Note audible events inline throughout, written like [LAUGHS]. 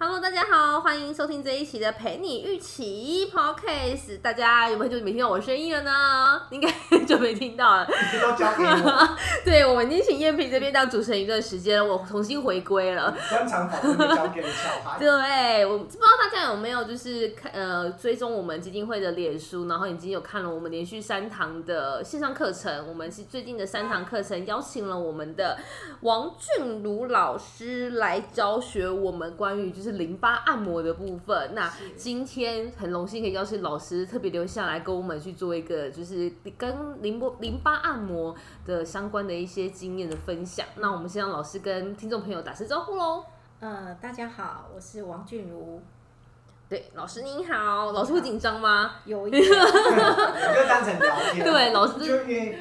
Hello，大家好，欢迎收听这一期的《陪你一起 Podcast》。大家有没有就没听到我声音了呢？ [LAUGHS] 应该就没听到了。这都交给我，对，我们已经请燕平这边当主持人一段时间了，我重新回归了。专场访问就交给小 [LAUGHS] 孩。对，我不知道大家有没有就是看呃追踪我们基金会的脸书，然后已经有看了我们连续三堂的线上课程。我们是最近的三堂课程邀请了我们的王俊如老师来教学我们关于就是淋巴按摩的部分。那今天很荣幸可以邀请老师特别留下来跟我们去做一个就是跟淋巴淋巴按摩的相关的一些经验的分享。那我们先让老师跟听众朋友打声招呼喽。呃，大家好，我是王俊如，对，老师您好，老师会紧张吗？有一个我就单纯聊天。对老师就因为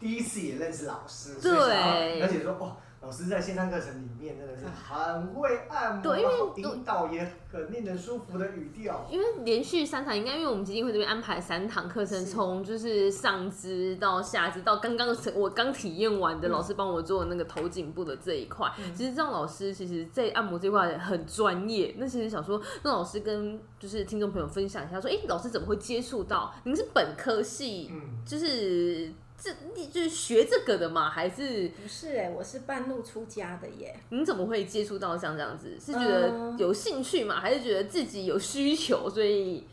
第一次也认识老师，所以想要对而且说哦，老师在线上课程里面真的是很会按摩，对因为然后引导也很令人舒服的语调。因为连续三堂，应该因为我们基金会这边安排三堂课程，是从就是上肢到下肢到刚刚我刚体验完的老师帮我做的那个头颈部的这一块，其实让老师其实在按摩这块很专业。那其实想说，让老师跟就是听众朋友分享一下，说，哎、老师怎么会接触到？您是本科系，嗯，就是这就是学这个的吗？还是不是哎、我是半路出家的耶。你怎么会接触到像这样子？是觉得有兴趣吗？还是觉得自己有需求，所以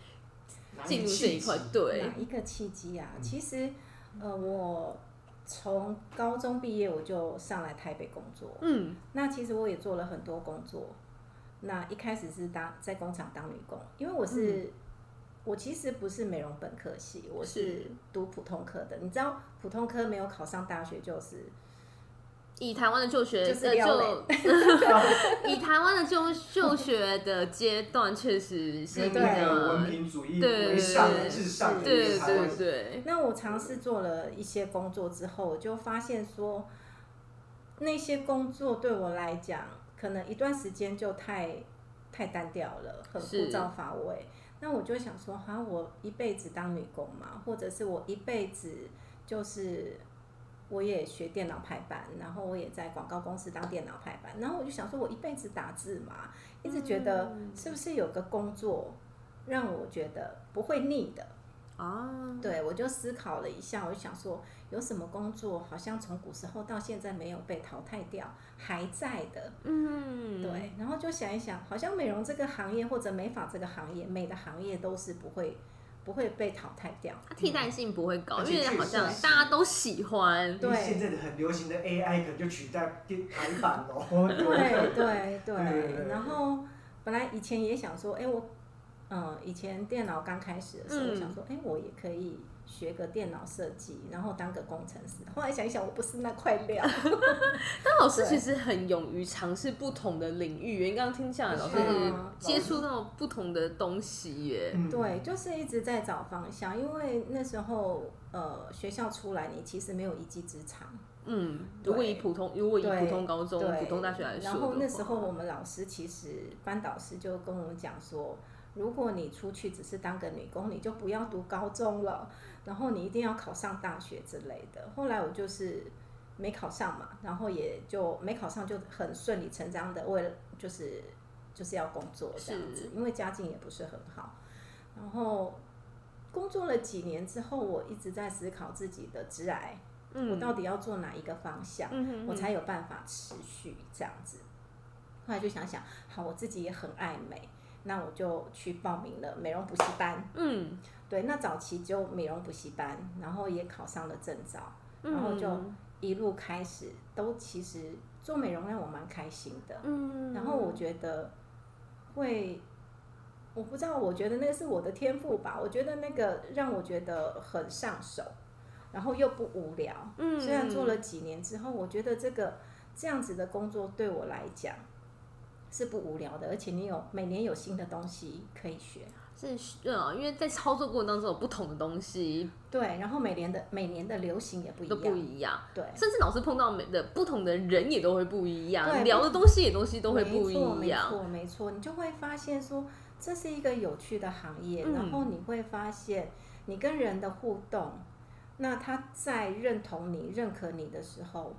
进入这一块难以？对哪，一个契机啊？嗯其实，呃，我从高中毕业我就上来台北工作，嗯，那其实我也做了很多工作。那一开始是当在工厂当女工，因为我是、我其实不是美容本科系，我是是读普通科的。你知道普通科没有考上大学就是以台湾的就学，就是呃撩就 [LAUGHS] 嗯以台湾的就就学的阶段，确实是跟 [LAUGHS] 一那个文个，凭主义对为上至上的一对个台湾对对，那我尝试做了一些工作之后，我就发现说，那些工作对我来讲，可能一段时间就太太单调了，很是枯燥乏味。那我就想说，哈，我一辈子当女工嘛，或者是我一辈子就是我也学电脑排版，然后我也在广告公司当电脑排版，然后我就想说，我一辈子打字嘛，一直觉得嗯是不是有个工作让我觉得不会腻的。啊，对，我就思考了一下，我就想说，有什么工作好像从古时候到现在没有被淘汰掉，还在的。嗯，对，然后就想一想，好像美容这个行业或者美发这个行业，美的行业都是不会不会被淘汰 [LAUGHS] 掉。它啊替代性不会高，嗯而因且为好像确实是大家都喜欢，因为对现在的很流行的 AI 可能就取代电台版哦。[LAUGHS] 对对对对对，然后本来以前也想说，哎，我，嗯，以前电脑刚开始的时候，嗯想说，哎，我也可以学个电脑设计，然后当个工程师。后来想一想，我不是那块料。但老师对其实很勇于尝试不同的领域，因为刚刚听下来，老师是啊接触到不同的东西耶。嗯，对，就是一直在找方向，因为那时候呃学校出来，你其实没有一技之长。嗯，对如果以普通，如果以对普通高中、对，普通大学来说的然话，后那时啊候我们老师其实班导师就跟我们讲说，如果你出去只是当个女工，你就不要读高中了，然后你一定要考上大学之类的。后来我就是没考上嘛，然后也就没考上，就很顺理成章的为了就是就是要工作这样是子，因为家境也不是很好，然后。工作了几年之后，我一直在思考自己的职癌，我嗯，到底要做哪一个方向。嗯哼我才有办法持续这样子。后来就想想，好，我自己也很爱美，那我就去报名了美容补习班。嗯，对，那早期就美容补习班，然后也考上了证照，嗯然后就一路开始都其实做美容让我蛮开心的。嗯，然后我觉得会，我不知道，我觉得那个是我的天赋吧。我觉得那个让我觉得很上手，然后又不无聊。嗯虽然做了几年之后，我觉得这个这样子的工作对我来讲是不无聊的，而且你有每年有新的东西可以学。是呃，因为在操作过程当中有不同的东西对，然后每年的每年的流行也不一都样。不一样，对，甚至老师碰到每的不同的人也都会不一样，对聊的东西也东西都会没不错，一没样，错，没错，你就会发现说这是一个有趣的行业，嗯然后你会发现你跟人的互动，那他在认同你、认可你的时候，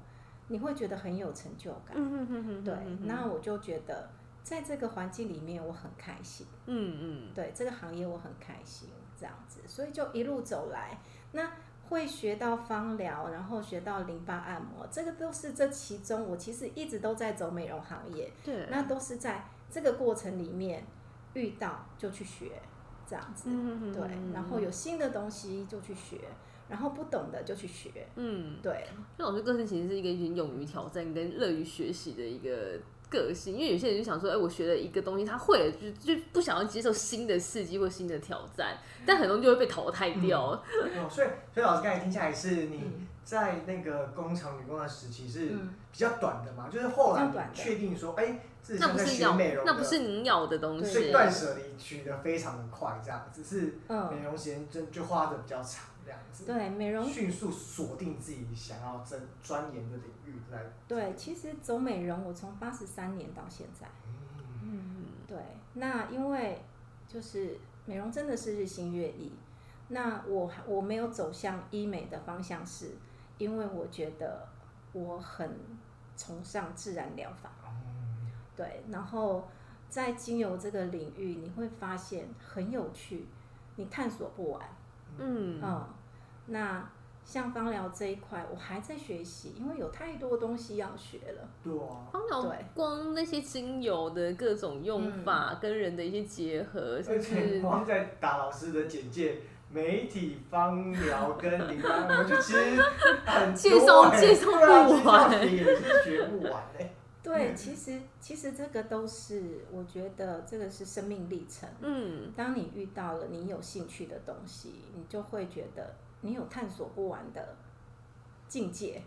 你会觉得很有成就感。嗯嗯哼哼哼哼哼对，那我就觉得在这个环境里面我很开心，嗯嗯，对这个行业我很开心，这样子，所以就一路走来，那会学到芳疗，然后学到淋巴按摩，这个都是这其中我其实一直都在走美容行业，对，那都是在这个过程里面遇到就去学，这样子，嗯对，然后有新的东西就去学，然后不懂的就去学，嗯，对，所以老师个性其实是一个很勇于挑战跟乐于学习的一个个性，因为有些人就想说，哎、我学了一个东西，他会了，就就不想要接受新的刺激或新的挑战，但很容易就会被淘汰掉。哦，所以所以老师刚才听下来是你嗯在那个工厂女工的时期是嗯，比较短的嘛，就是后来比较短你的确定说，哎，自己那像不在嗯是学要美，容那的，不是你要的东所以西。断舍离取得非常的快，这样，只是美嗯，容时间就就花的比较长，这样子，对，美容迅速锁定自己想要专钻研的领域来。对，其实走美容，我从八十三年到现在。嗯对，那因为就是美容真的是日新月异，那我我没有走向医美的方向是，因为我觉得我很崇尚自然疗法。嗯对，然后在精油这个领域，你会发现很有趣，你探索不完。嗯嗯，那像芳疗这一块，我还在学习，因为有太多东西要学了。对啊，芳疗对嗯光那些精油的各种用法跟人的一些结合，而甚且至光在打老师的简介，媒体芳疗跟淋巴，我就其实很介绍多欸介绍对啊不介绍完也是学不完哎。对，其实其实这个都是，我觉得这个是生命历程。嗯当你遇到了你有兴趣的东西，你就会觉得你有探索不完的境界，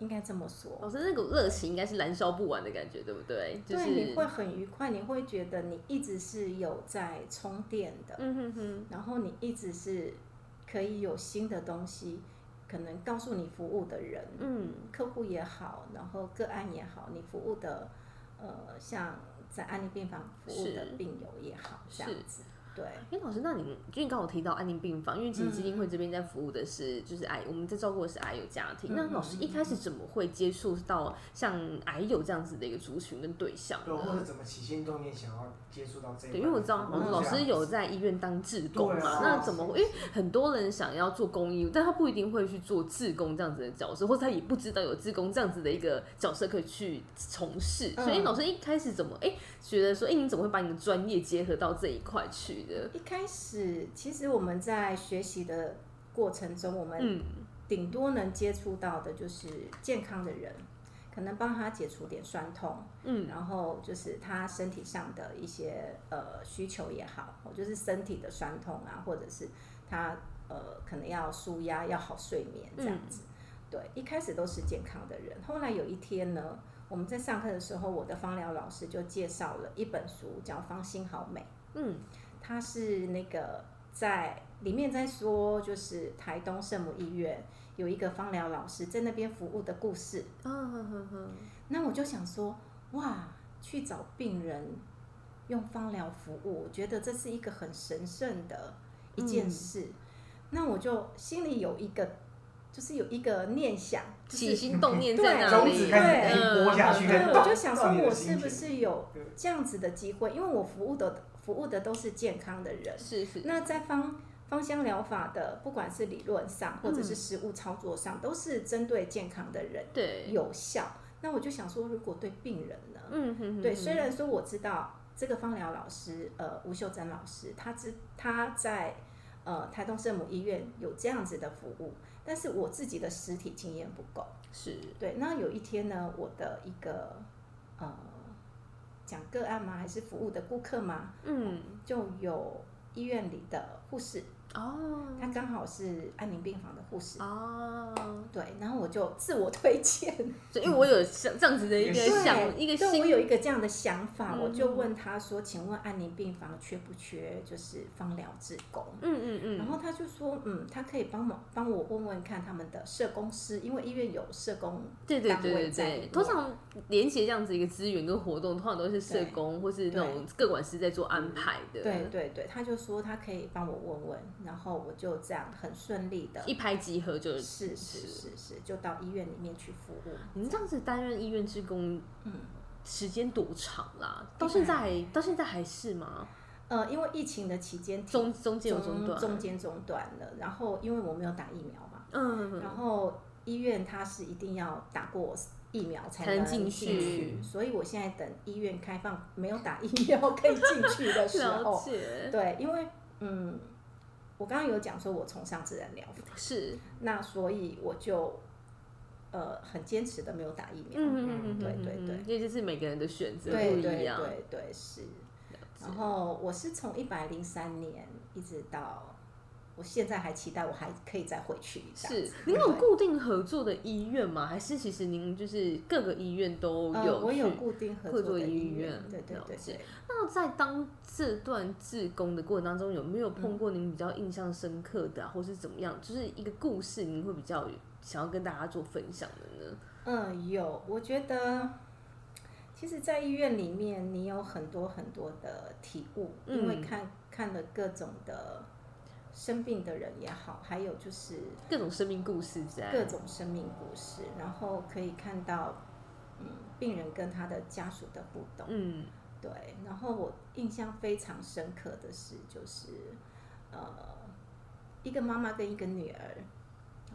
应该这么说。老师那股热情应该是燃烧不完的感觉，对不对？就是对，你会很愉快，你会觉得你一直是有在充电的，嗯哼哼，然后你一直是可以有新的东西，可能告诉你服务的人，嗯客户也好，然后个案也好，你服务的呃，像在安利病房服务的是病友也好，这样是子，对，哎，老师，那你就你刚好提到安宁病房，因为其实嗯基金会这边在服务的是、就是癌，我们在照顾的是癌友家庭。嗯那老师一开始怎么会接触到像癌友这样子的一个族群跟对象对，或呢？者怎么起心动念想要接触到这一对，块因为我知道好像老师有嗯在医院当志工对嘛啊，那怎么会？因为很多人想要做公益，但他不一定会去做志工这样子的角色，或者他也不知道有志工这样子的一个角色可以去从事。嗯所以老师一开始怎么哎、觉得说哎、你怎么会把你的专业结合到这一块去的？一开始其实我们在学习的过程中，我们嗯顶多能接触到的就是健康的人，可能帮他解除点酸痛，嗯然后就是他身体上的一些呃需求也好，哦就是身体的酸痛啊，或者是他呃可能要舒压、要好睡眠这样嗯子。对，一开始都是健康的人，后来有一天呢，我们在上课的时候，我的芳疗老师就介绍了一本书，叫《芳心好美》。嗯他是那个在里面在说，就是台东圣母医院有一个芳疗老师在那边服务的故事。啊呵呵呵。那我就想说，哇，去找病人用芳疗服务，我觉得这是一个很神圣的一件嗯事。那我就心里有一个，就是有一个念想，就是起心动念在对哪种里？子开始嗯播下去对，动我就想说动你，的我心是情不是有对这样子的机会？因为我服务的服务的都是健康的人，是是，那在芳芳香疗法的，不管是理论上或嗯者是实物操作上，都是针对健康的人对，有效。那我就想说，如果对病人呢？嗯哼哼，对，哼虽然说我知道这个芳疗老师，呃，吴秀珍老师，他知他在呃台东圣母医院有这样子的服务，但是我自己的实体经验不够。是，对，那有一天呢，我的一个呃讲个案吗？还是服务的顾客吗？嗯，就有医院里的护士，哦，他刚好是安宁病房的护士，哦，对，然后我就自我推荐，所以因为我有像这样子的一个也是想一个 [LAUGHS] 对我心，有一个这样的想法，嗯我就问他说：“请问安宁病房缺不缺就是芳疗志工？”嗯然嗯后他就说：“嗯，他可以帮忙帮我问问看他们的社工师，因为医院有社工嗯，对对单对位对在里对，面通常连接这样子一个资源跟活动，通常都是社对嗯工或是那种各管师在做安排的，对，对对，他就说他可以帮我问问，然后我就这样很顺利的，一拍即合就是是是是是，就到医院里面去服务。你这样子担任医院职工，嗯，时间多长啦？到现在到现在还是吗？呃，因为疫情的期间停中中间有中断？中间中断了，然后因为我没有打疫苗嘛，嗯，然后医院它是一定要打过疫苗才才能能进进去所以我现在等医院开放没有打疫苗 [LAUGHS] 可以进去的时了候，解，对，因为嗯，我刚刚有讲说我崇尚自然疗法，是，那所以我就呃很坚持的没有打疫苗，嗯嗯嗯，对对对，这就是每个人的选择不对一对样。对对是。解然后我是从一百零三年一直到我现在还期待我还可以再回去一下。是，您有固定合作的医院吗？还是其实您就是各个医院都呃，我有去？有固定合合作作的医医院对对了对解对。那在当这段志工的过程当中，有没有碰过您比较印象深刻的、啊，或是怎么样？就是一个故事，您会比较想要跟大家做分享的呢？嗯，有，我觉得其实，在医院里面，你有很多很多的体悟，因为嗯看看了各种的生病的人也好，还有就是各种生命故事在各种生命故事，然后可以看到，嗯，病人跟他的家属的互动。嗯，对，然后我印象非常深刻的是，就是呃，一个妈妈跟一个女儿，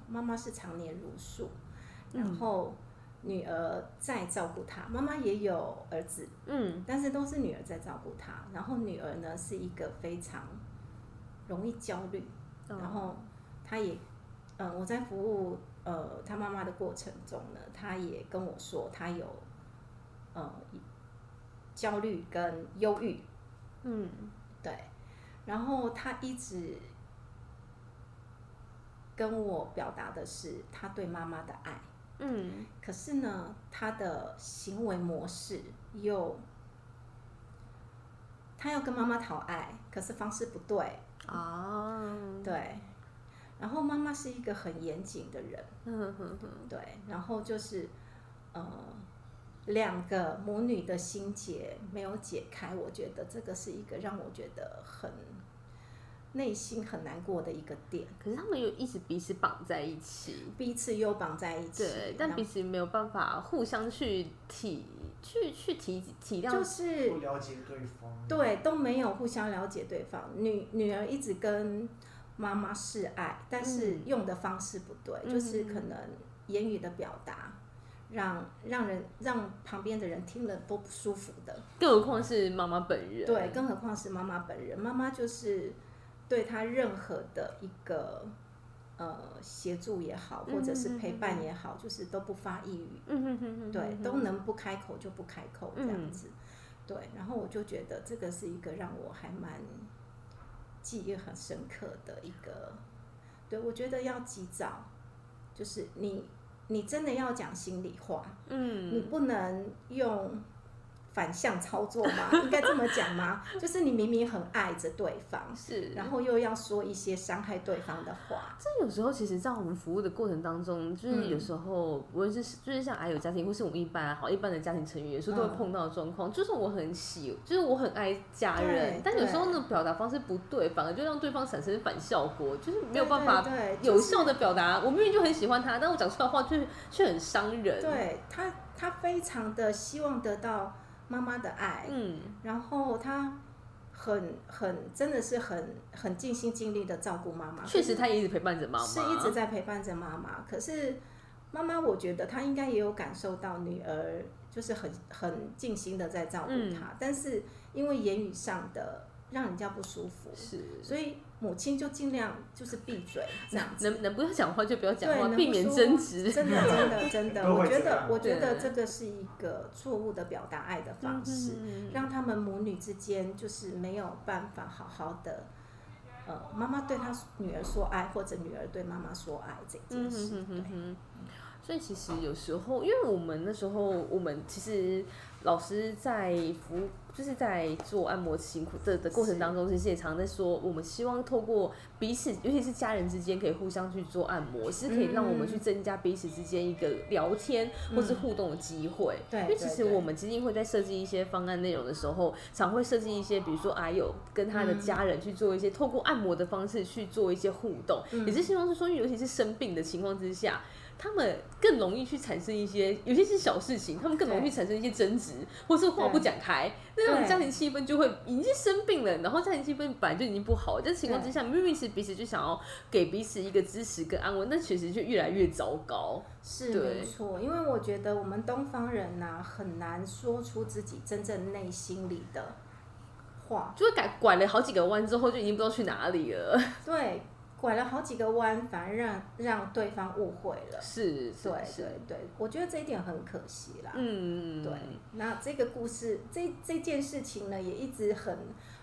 妈妈是常年如素，嗯然后女儿在照顾她，妈妈也有儿子，嗯，但是都是女儿在照顾她。然后女儿呢是一个非常容易焦虑，哦嗯然后她也，呃，我在服务呃她妈妈的过程中呢，她也跟我说她有呃焦虑跟忧郁，嗯，对，然后她一直跟我表达的是她对妈妈的爱，嗯，可是呢，她的行为模式又。她要跟妈妈讨爱，可是方式不对，啊，对，然后妈妈是一个很严谨的人，嗯哼哼，对，然后就是呃两个母女的心结没有解开，我觉得这个是一个让我觉得很内心很难过的一个点，可是他们又一直彼此绑在一起，彼此又绑在一起，对，但然彼此没有办法互相去体去去体体谅后就是不了解对方，对，都没有互相了解对方。女女儿一直跟妈妈示爱，但是用的方式不对，就是可能言语的表达，让让人让旁边的人听了都不舒服的。更何况是妈妈本人。对，更何况是妈妈本人，妈妈就是对她任何的一个呃协助也好，或者是陪伴也好，就是都不发一语，嗯哼哼哼，对，都能不开口就不开口这样嗯子。对，然后我就觉得这个是一个让我还蛮记忆很深刻的一个。对，我觉得要及早，就是你你真的要讲心里话，嗯，你不能用反向操作 [LAUGHS] 吗？应该这么讲吗？就是你明明很爱着对方，是。然后又要说一些伤害对方的话。这有时候其实，在我们服务的过程当中，嗯就是有时候，无论是就是像癌友家庭，或是我们一般啊好一般的家庭成员，有时嗯候都会碰到的状况。就是我很喜，就是我很爱家人对，但有对时候呢，表达方式不对，反而就让对方产生反效果，就是没有办法对对对有就是效的表达。我明明就很喜欢他，但我讲出来的话却却很伤人。，对他，他非常的希望得到妈妈的爱，嗯，然后他很很真的是很很尽心尽力的照顾妈妈，确实他也一直陪伴着妈妈，是一直在陪伴着妈妈。可是妈妈，我觉得她应该也有感受到女儿就是很很尽心的在照顾她，嗯但是因为言语上的让人家不舒服，是所以母亲就尽量就是闭嘴这样子。能能不要讲话就不要讲话，对能不避免说争执。真的，真的，真的，都我会觉这得样，我觉得对这个是一个错误的表达爱的方式。嗯让他们母女之间就是没有办法好好的，呃，妈妈对她女儿说爱，或者女儿对妈妈说爱这件嗯哼事。哼哼哼。所以其实有时候，因为我们那时候，我们其实老师在服务，就是在做按摩辛苦的的过程当中，其实也常在说，我们希望透过彼此，尤其是家人之间，可以互相去做按摩，是可以让我们去增加彼此之间一个聊天或是互动的机会。对因为其哎对实对我们基金会在设计一些方案内容的时候，常会设计一些，比如说阿友跟他的嗯家人去做一些、嗯透过按摩的方式去做一些互动，也是希望是说，因为尤其是生病的情况之下，他们更容易去产生一些，有些是小事情，他们更容易对产生一些争执，或是话不讲开，那种对家庭气氛就会已经生病了，然后家庭气氛本来就已经不好，这情况之下，明明是彼此就想要给彼此一个支持跟安慰，但其实就越来越糟糕。是对没错，因为我觉得我们东方人呐、很难说出自己真正内心里的话，就是改拐了好几个弯之后，就已经不知道去哪里了。对，拐了好几个弯，反而让让对方误会了。是，是对是对，对，我觉得这一点很可惜啦。嗯，对，那这个故事，这这件事情呢，也一直很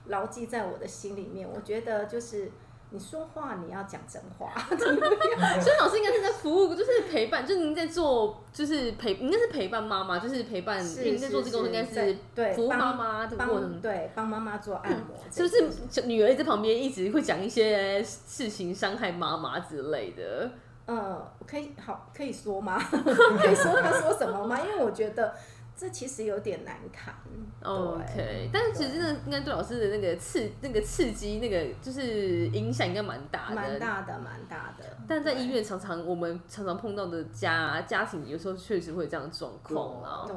牢记在我的心里面。我觉得就是你说话你要讲真话，所以老师应该是在服务，就是陪伴，就是您在做，就是陪，应该是陪伴妈妈，就是陪伴，因是为您在做这个工作应该在是对服务妈帮妈的过帮程。嗯对帮妈妈做按摩是不这件事情，是女儿在旁边一直会讲一些事情伤害妈妈之类的？呃，我可以好可以 [LAUGHS] 说吗？可以说他说什么吗？因为我觉得这其实有点难看。对 OK，但是其实真的应该对老师的那个刺、那个刺激、那个就是影响应该蛮大的。蛮大的，蛮大的。但在医院常常我们常常碰到的家家庭，有时候确实会有这样的状况啊。对，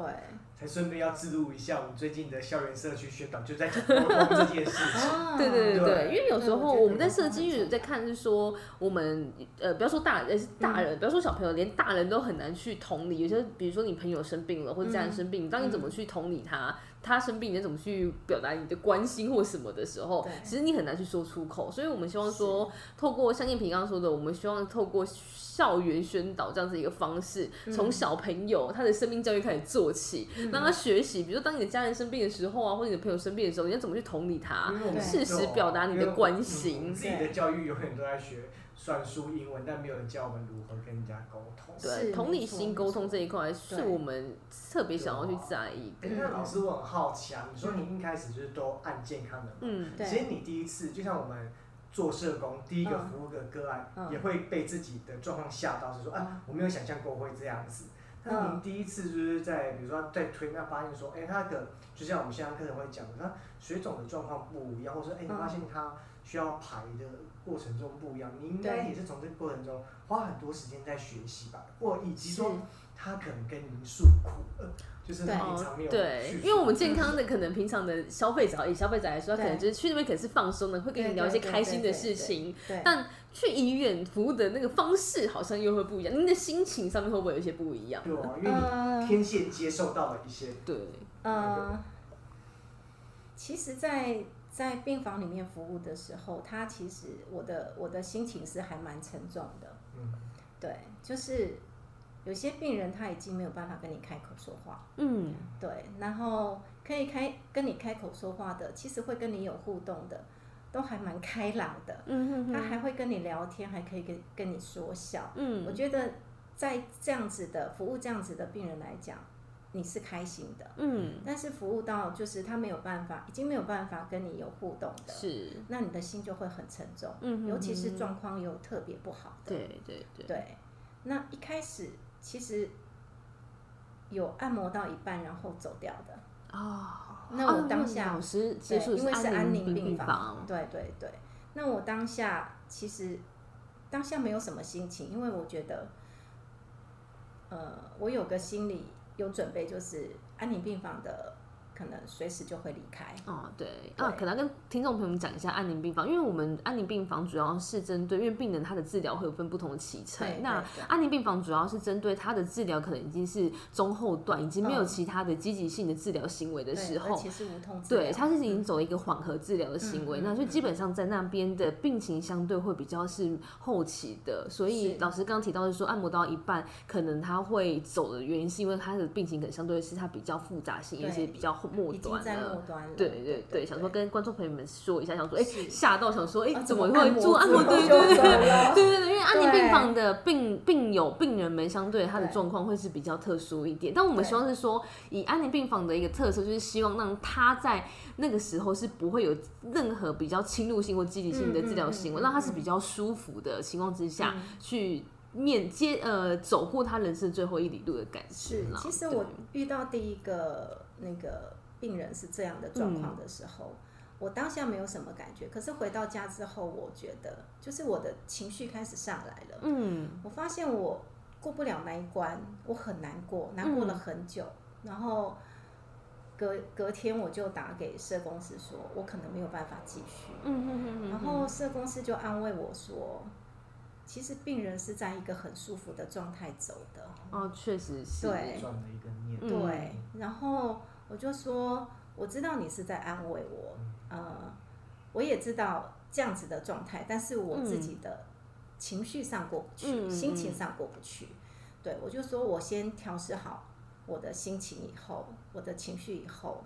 才顺便要记录一下我们最近的校园社区宣导，就在讲沟通这件事情。哦啊对对对对，因为有时候我们在设计对日我觉得在看是说，我们呃不要说大人，呃是大嗯人，不要说小朋友，连大人都很难去同理。有些比如说你朋友生病了，或者嗯家人生病，当你怎么去同理他，他生病你怎么去表达你的关心或什么的时候对，其实你很难去说出口。所以我们希望说，透过像燕平刚刚说的，我们希望透过校园宣导这样子一个方式，嗯从小朋友他的生命教育开始做起，让他学习，比如说当你的家人生病的时候啊，或者你的朋友生病的时候，你要怎么去同理他因为我，们适时就表达你的关心嗯。自己的教育永远都在学算术、英文，但没有人教我们如何跟人家沟通。是对，没同理错心没沟通错这一块是对我们特别想要去在意的哎。那老师，我很好奇啊，你说你一开始就是都按健康的嘛？嗯，对其实你第一次，就像我们做社工，第一个嗯服务的个案，嗯也会被自己的状况吓到，是说，啊，我没有想象过会这样子。那嗯您第一次就是在，比如说在推，那发现说，哎、他的就像我们现在课程会讲的，他水肿的状况不一样，或者哎、你嗯发现他需要排的过程中不一样，你应该对也是从这个过程中花很多时间在学习吧，或以及是说他可能跟您诉苦了，就是对他平哦常没，有对去，因为我们说健康的可能平常的消费者，以消费者来说，他可能就是去那边可能是放松的，会跟你对聊一些对对开心的对事对情。对但去医院服务的那个方式好像又会不一样，您的心情上面会不会有一些不一样？对啊，因为你呃天线接受到了一些对，呃，其实在，在病房里面服务的时候，他其实我的我的心情是还蛮沉重的。嗯，对，就是有些病人他已经没有办法跟你开口说话，嗯，对，然后可以开跟你开口说话的，其实会跟你有互动的，都还蛮开朗的。嗯他还会跟你聊天，还可以跟跟你说笑。嗯我觉得在这样子的服务这样子的病人来讲，你是开心的。嗯，但是服务到就是他没有办法，已经没有办法跟你有互动的，是，那你的心就会很沉重，嗯尤其嗯是嗯状况又特别不好的。对对对，对，那一开始其实有按摩到一半然后走掉的，啊，那啊我当下老师接对触，的因为是安宁宁病房，，对对对。那我当下其实当下没有什么心情，因为我觉得，呃，我有个心理有准备，就是安宁病房的可能随时就会离开。哦，对啊，对可能要跟听众朋友们讲一下安宁病房，因为我们安宁病房主要是针对，因为病人他的治疗会有分不同的期程对，那对对安宁病房主要是针对他的治疗可能已经是中后段，已经没有嗯其他的积极性的治疗行为的对时而候，且是无痛治疗嗯对，它是已经走一个缓和治疗的行为，嗯嗯那所以基本上在那边的病情相对会比较是后期的，所以是老师刚刚提到是说按摩到一半，可能他会走的原因是因为他的病情可能相对是他比较复杂性，对而且比较后末已经端在了末。端了。对对对对，想说跟观众朋友们说一下，想说哎是吓到，想说哎、啊怎么么会做按摩？之后对对就对走了对对对，因为安宁对病房的病病友病人们相对他的对状况会是比较特殊一点，但我们对希望是说，以安宁病房的一个特色，就是希望让他在那个时候是不会有任何比较侵入性或积极性的治疗行为，嗯嗯嗯让他是比较舒服的情况之下、嗯去面接呃走过他人生最后一里路的感觉是啦。其实对我遇到第一个那个病人是这样的状况的时候。我当下没有什么感觉，可是回到家之后，我觉得就是我的情绪开始上来了。嗯我发现我过不了那一关，我很难过，难过了很久。嗯然后隔隔天我就打给社公司说，我可能没有办法继续。嗯嗯嗯嗯，然后社公司就安慰我说，其实病人是在一个很舒服的状态走的。哦，确实是，对转了一个念，嗯对，然后我就说，我知道你是在安慰我，呃，我也知道这样子的状态，但是我自己的情绪上过不去，嗯嗯嗯心情嗯上过不去，对我就说我先调试好我的心情以后，我的情绪以后，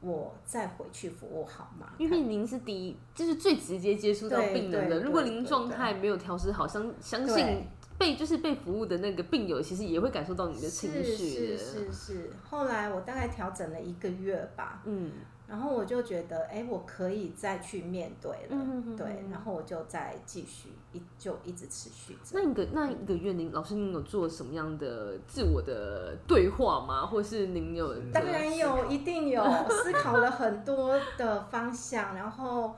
我再回去服务好吗？因为您是第一，就是最直接接触到对病人对的。对如果您对状对态没有调试好，相相信对被就是被服务的那个病友，其实也会感受到你的情是绪是的。是是，后来我大概调整了一个月吧，嗯然后我就觉得，哎，我可以再去面对了。嗯嗯嗯，对，然后我就再继续一就一直持续着。那一个那一个月，您老师您有做什么样的自我的对话吗？或是您有是当然有，一定有思考了很多的方向，然后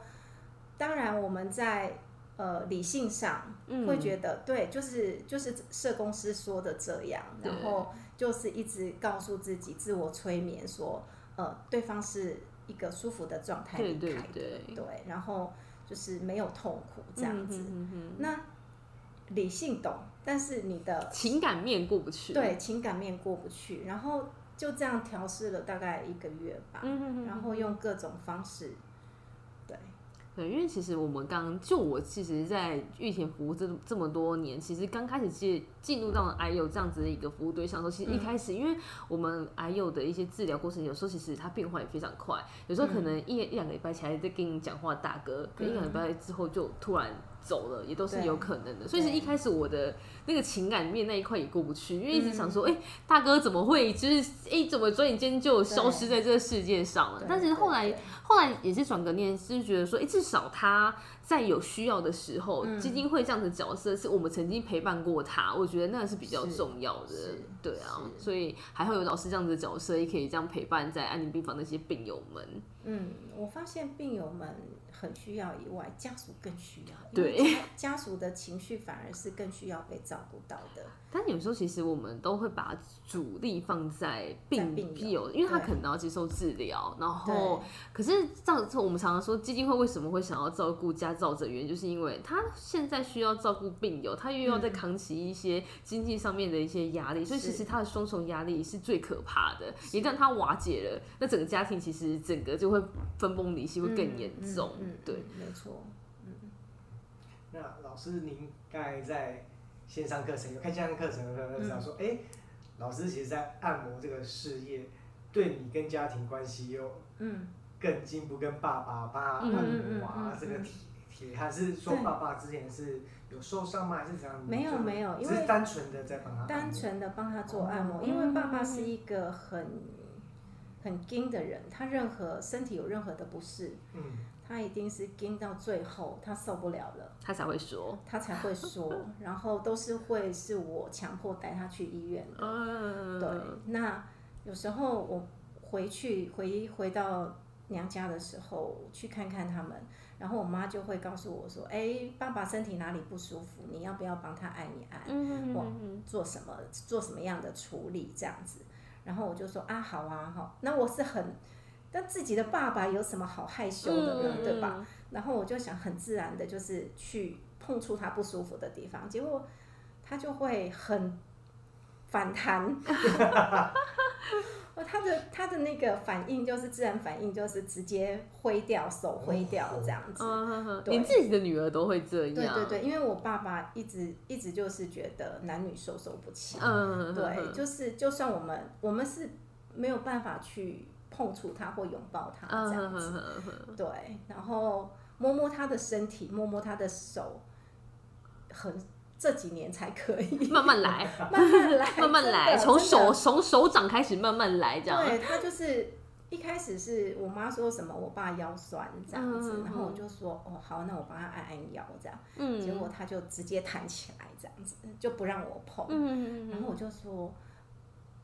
当然我们在呃理性上嗯会觉得、对，就是就是社公司说的这样，对然后就是一直告诉自己自我催眠说，呃，对方是一个舒服的状态对离对开的，对对，然后就是没有痛苦这样子。嗯哼哼那理性懂，但是你的哼情感面过不去。对，情感面过不去，然后就这样调试了大概一个月吧，嗯哼哼然后用各种方式，对，对，因为其实我们刚就我其实，在玉田服务这这么多年，其实刚开始进进入到 I U 这样子的一个服务对象的时候，其实一嗯开始，因为我们 I U 的一些治疗过程，有时候其实它变化也非常快，有时候可嗯能一、一两个礼拜前还在跟你讲话大哥，可能一两个礼拜之后就突然走了，也都是嗯对有可能的。所以是对一开始我的那个情感面那一块也过不去，因为一嗯直想说，哎、大哥怎么会就是哎、怎么转眼间就消失在这个世界上了对？但是对后来对后来也是转个念，是觉得说，哎、至少他在有需要的时候，嗯基金会这样的角色是我们曾经陪伴过他，我觉得那是比较是重要的是，对啊，是所以还会有老师这样子的角色，也可以这样陪伴在安宁病房那些病友们，嗯，我发现病友们很需要以外，家属更需要，因对为家，家属的情绪反而是更需要被照顾到的，但有时候其实我们都会把主力放在在病病友病友，因为他对可能要接受治疗，然后对，可是这样子，我们常常说基金会为什么会想要照顾家照者，原因就是因为他现在需要照顾病友，他又要再扛起一些经济上面的一些压力，所以其是实他的双重压力是最可怕的。一旦他瓦解了，那整个家庭其实整个就会分崩离析，会更严重。嗯嗯嗯对，嗯没错，那老师，您刚才在线上课程有看线上课程的时嗯候，知道说，哎、老师其实在按摩这个事业，对你跟家庭关系又嗯，更进步，跟爸爸爸按嗯摩啊，嗯嗯嗯这个铁铁汉是说对爸爸之前是有受伤吗？还是怎样？没有没有，因只为是单纯的在帮他按摩单纯的帮他做按摩，因哦为爸爸是一个很很硬的人，他任何身体有任何的不适，嗯，他一定是硬到最后，他受不了了，他才会说，他才会说，然后都是会是我强迫带他去医院的。嗯，对，那有时候我回去回回到娘家的时候去看看他们，然后我妈就会告诉我说：“哎、爸爸身体哪里不舒服，你要不要帮他按一按？”嗯我做什么做什么样的处理这样子。然后我就说啊，好啊，哈，那我是很，但自己的爸爸有什么好害羞嗯的呢，对吧？？然后我就想很自然的，就是去碰触他不舒服的地方，结果他就会很反弹。 [LAUGHS] 哦，他的他的那个反应就是自然反应，就是直接挥掉手，挥掉这样子。嗯，对连自己的女儿都会这样，对对对，因为我爸爸一直一直就是觉得男女授受不亲，嗯，对，就是就算我们我们是没有办法去碰触他或拥抱他这样子，嗯对，然后摸摸他的身体，摸摸他的手，很这几年才 [LAUGHS] 可以慢慢来，慢慢来，慢慢真的来，从真的手从手掌开始慢慢来，这样。对他就是一开始是我妈说什么我爸腰酸这样子，嗯然后我就说哦好，那我帮他按按腰这样，嗯结果他就直接弹起来这样子，就不让我碰，嗯，然后我就说，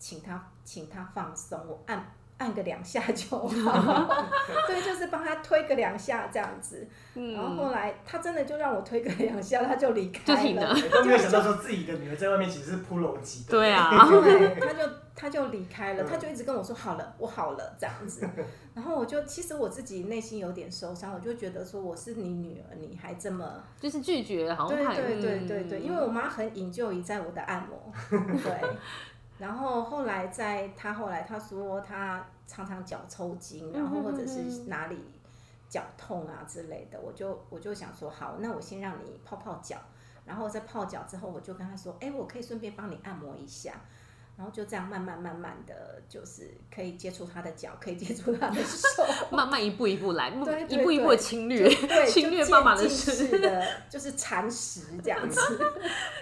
请他，请他放松，我按按个两下就好， [LAUGHS] 对，就是帮他推个两下这样子。然后后来他真的就让我推个两下，他就离开嗯就停了哎都没有 [LAUGHS] 想到说自己的女儿在外面其实是铺楼级的，对啊，对，他就他就离开了，嗯他就一直跟我说好了，我好了这样子。然后我就其实我自己内心有点受伤，我就觉得说我是你女儿，你还这么就是拒绝，好像对太对对对对，嗯因为我妈很引咎于在我的 [LAUGHS] 按摩，对。然后后来在她后来她说她常常脚抽筋，然嗯后或者是哪里脚痛啊之类的，我就我就想说好，那我先让你泡泡脚，然后在泡脚之后，我就跟她说，哎，我可以顺便帮你按摩一下。然后就这样慢慢慢慢的就是可以接触她的脚，可以接触她的手， [LAUGHS] 慢慢一步一步来，对对一步一步的对侵就略。对，就侵略渐爸爸的进事 [LAUGHS] 式的，就是蚕食这样子。 [LAUGHS]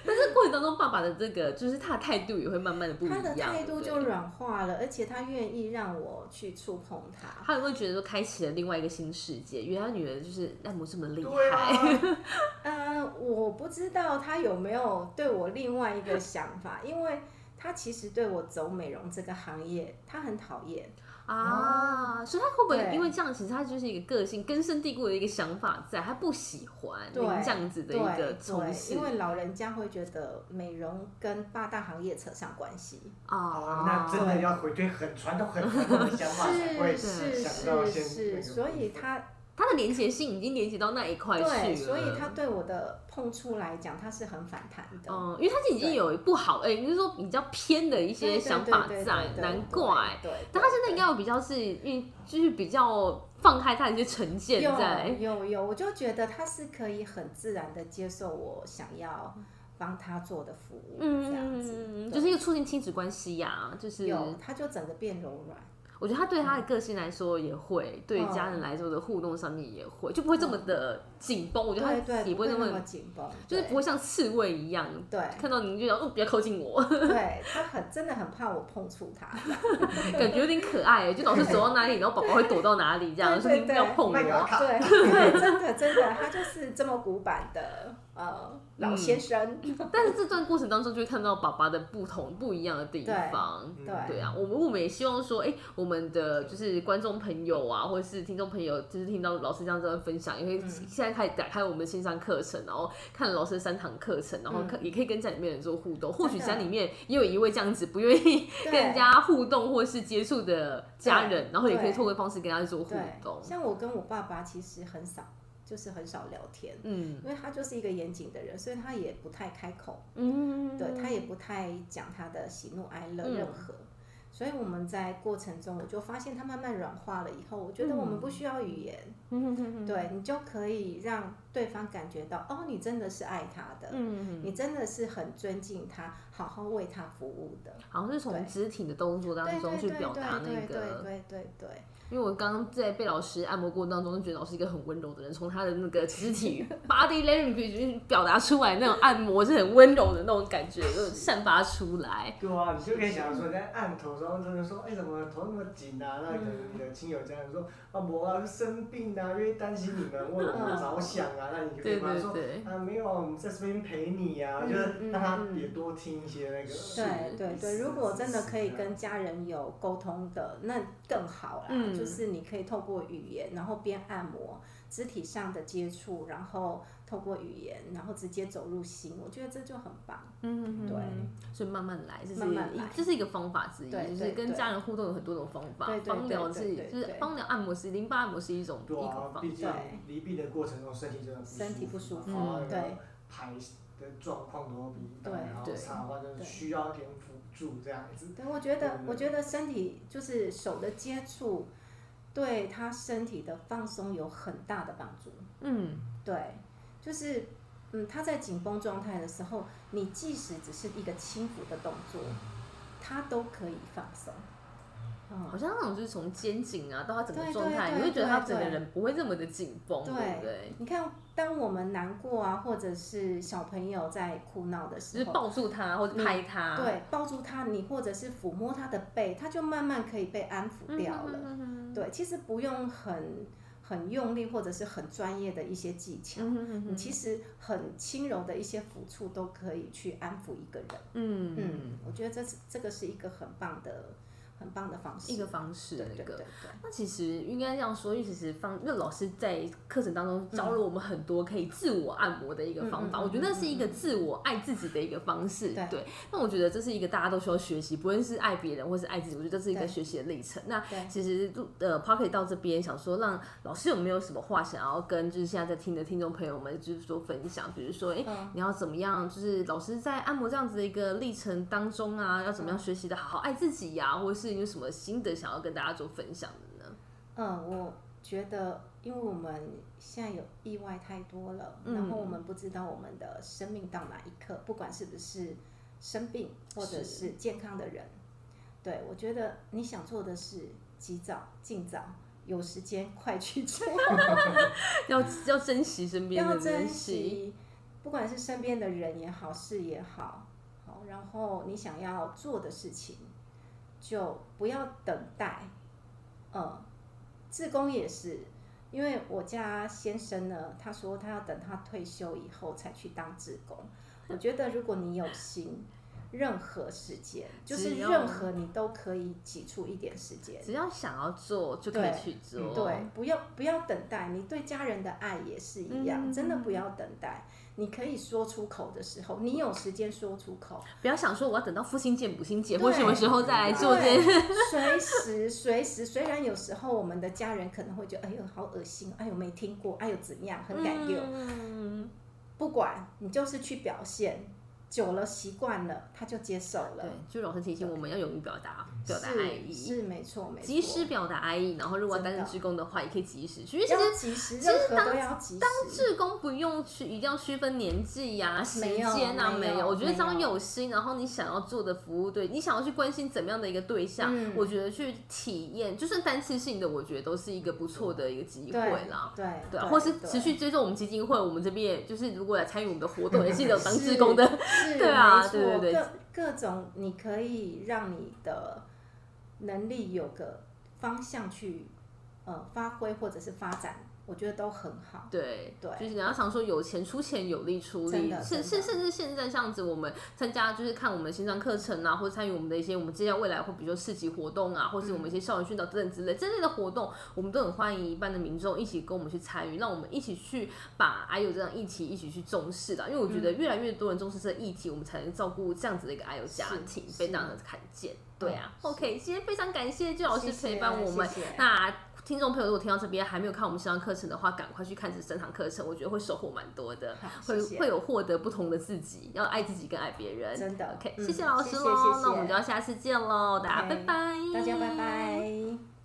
但是过程当中，爸爸的这个就是他的态度也会慢慢的不一他样，的态度对就不对软化了，而且他愿意让我去触碰他。他也会觉得说开启了另外一个新世界，原来女儿就是按摩这么厉对 [LAUGHS] 害，啊，呃，我不知道他有没有对我另外一个想法，因为他其实对我走美容这个行业，他很讨厌。啊，所以他会不会对因为这样，其实他就是一个个性根深蒂固的一个想法在，他不喜欢对您这样子的对一个从对，事因为老人家会觉得美容跟八大行业扯上关系。啊哦，那真的要回推很传统、很传统的想法才会是对是想到是现是，所以他他的连结性已经连接到那一块去对，了，所以他对我的碰触来讲，他是很反弹的。嗯，因为他已经有不好，哎，就是说比较偏的一对些对想对法对在对，对难对怪。对，但他现在应该。该有比较是，因为就是比较放开他的一些成见在，有有有，我就觉得他是可以很自然的接受我想要帮他做的服务，这样子，嗯，就是一个促进亲子关系呀、就是有，他就整个变柔软，我觉得他对他的个性来说也会，对嗯家人来说的互动上面也会，就不会这么的紧绷。我觉对得他对，也不会那那么么，紧绷，就是对不会像刺猬一样，对 [LAUGHS] 看到您就要哦，不要靠近我，对，他很真的很怕我碰触他，感觉有点可爱，欸就老是走到哪里，然后宝宝会躲到哪里这样，对说 [LAUGHS] 对您不要碰那个我。 [LAUGHS] 对对，真的真的，他就是这么古板的呃老嗯先 [LAUGHS] 生，但是这段过程当中就会看到爸爸的不同、不一样的地方。对对对啊，我们我们也希望说，哎、我们的就是观众朋友啊，或者是听众朋友，就是听到老师这样子的分享，也会嗯现在开始打开我们的线上课程，然后看老师的三堂课程，然嗯后可、也可以跟家里面人做互动。或许家里面也有一位这样子不愿意跟人对。家互动或是接触的家人，然后也可以对透过方式跟他做互对动，。像我跟我爸爸其实很少，就是很少聊天，嗯因为他就是一个严谨的人，所以他也不太开口。嗯，对他也不太讲他的喜怒哀乐嗯任何，所以我们在过程中，我就发现他慢慢软化了以后，我觉得我们不需要语言，嗯对你就可以让对方感觉到，哦，你真的是爱他的，嗯，你真的是很尊敬他，好好为他服务的。好像是从对肢体的动作当对中对去对表达那对对个。对对对因为我刚刚在被老师按摩过程当中，就觉得老师一个很温柔的人，从他的那个肢体 body language 表达出来那种按摩是很温柔的那种感觉，就散发出来。对啊，你就可以想说，在按头上，真的说，哎、怎么头那么紧啊？那可能你的亲友家人说，啊，我啊生病啊，因为担心你们为我们着想啊，那你就可以对帮他对说，对，啊，没有啊，我们在这边陪你啊，嗯就是让他嗯嗯也多听一些那个。是对对对，是如果是真的是可以的跟家人有沟通的，那更好啦。嗯就是你可以透过语言，然后边按摩，肢体上的接触，然后透过语言，然后直接走入心，我觉得这就很棒。嗯，对所以慢慢来，这是慢慢来这是一个方法之一，对就是对跟对家人互动有很多种方法对，对芳疗是对对对就是对芳疗按摩是淋巴按摩是一种一对种啊方，毕法，竟对离病的过程中，身体真的身体不舒服服嘛，然后嗯那个对排的状况都比一般对人好对差的话，就是对需要一点辅助这样子。对，我觉得对，我觉得身体就是手的接触，对他身体的放松有很大的帮助。嗯，对，就是嗯，他在紧绷状态的时候，你即使只是一个轻浮的动作，他都可以放松。嗯，好像那种就是从肩颈啊到他整个对状态，对你会觉得他对整个对人不会这么的紧绷，对对不对？你看，当我们难过啊，或者是小朋友在哭闹的就时是候，抱住他或者拍他，对，抱住他，你或者是抚摸他的背，他就慢慢可以被安抚嗯，掉了。了对，其实不用很很用力或者是很专业的一些技巧，嗯你其实很轻柔的一些抚触都可以去安抚一个人。嗯嗯，我觉得这是这个是一个很棒的很棒的方式。一个方式对对那对个。对，那其实应该这样说，因为其实方那老师在课程当中教了我们很多可以自我按摩的一个方法，嗯嗯嗯我觉得那是一个自我爱自己的一个方式。对那我觉得这是一个大家都需要学习，不论是爱别人或是爱自己，我觉得这是一个对学习的历程。那对其实录呃 p o c k e t 到这边，想说让老师有没有什么话想要跟就是现在在听的听众朋友们，就是说分享，比如说哎。诶嗯你要怎么样？就是老师在按摩这样子的一个历程当中啊，要怎么样学习的好好爱自己呀、或者是你有什么心得想要跟大家做分享的 [LAUGHS] 呢？嗯，我觉得，因为我们现在有意外太多了，嗯然后我们不知道我们的生命到哪一刻，不管是不是生病或者是健康的人，对我觉得你想做的事，及早、尽早。有时间快去做，要要珍惜身边的要人，珍惜，不管是身边的人也好，事也好，好，然后你想要做的事情，就不要等待。呃，自工也是，因为我家先生呢，他说他要等他退休以后才去当志工。我觉得如果你有心，任何时间，就是只要任何你都可以挤出一点时间。只要想要做就可以去做。对，嗯不要不要等待，你对家人的爱也是一样，嗯真的不要等待。你可以说出口的时候，你有时间说出口， [LAUGHS] 不要想说我要等到父亲见、母亲见，对或什么时候再来做这件事。，对随时随时。虽然有时候我们的家人可能会觉得，哎呦好恶心，哎呦没听过，哎呦怎样，很感忧。嗯，不管你就是去表现，久了习惯了，他就接受对了。，就老师提醒我们要勇于表达，表达爱是意，是没错没错，及时表达爱意。然后如果要担任真的职工的话，也可以及时去。因为其要实及时，其实任何当都要及时。当志工不用去一定要区分年纪呀、时没有间啊，没有有。我觉得只要没有有心，然后你想要做的服务对，你想要去关心怎么样的一个对象，嗯我觉得去体验，就算单次性的，我觉得都是一个不错的一个机会啦。对对啊，或是对持续追踪我们基金会，我们这边也就是如果来参与我们的活 [LAUGHS] 动，也是有当志工的。是，对啊没错对对对各各种你可以让你的能力有个方向去呃发挥或者是发展，我觉得都很好。对对就是人家常说有钱出钱，有力出真力，的甚甚真的甚至现在这样子，我们参加就是看我们线上课程啊，或参与我们的一些我们接下来未来会比如说市集活动啊，或是我们一嗯些校园宣导等等之类这类的活动，我们都很欢迎一般的民众一起跟我们去参与，让我们一起去把还有这样议题一起去重视的，因为我觉得越来越多人重视这个议题，我们才能照顾这样子的一个还有家嗯是庭，是被大家看见。对啊嗯，OK，今天非常感谢就老师谢谢陪伴我们。谢谢那听众朋友，如果听到这边还没有看我们线上课程的话，赶快去看这三堂课程，我觉得会收获蛮多的，好会谢谢会有获得不同的自己，要爱自己跟爱别人。真的 OK，、嗯谢谢老师谢谢喽，谢谢那我们就要下次见喽，大家 OK，拜拜，大家拜拜。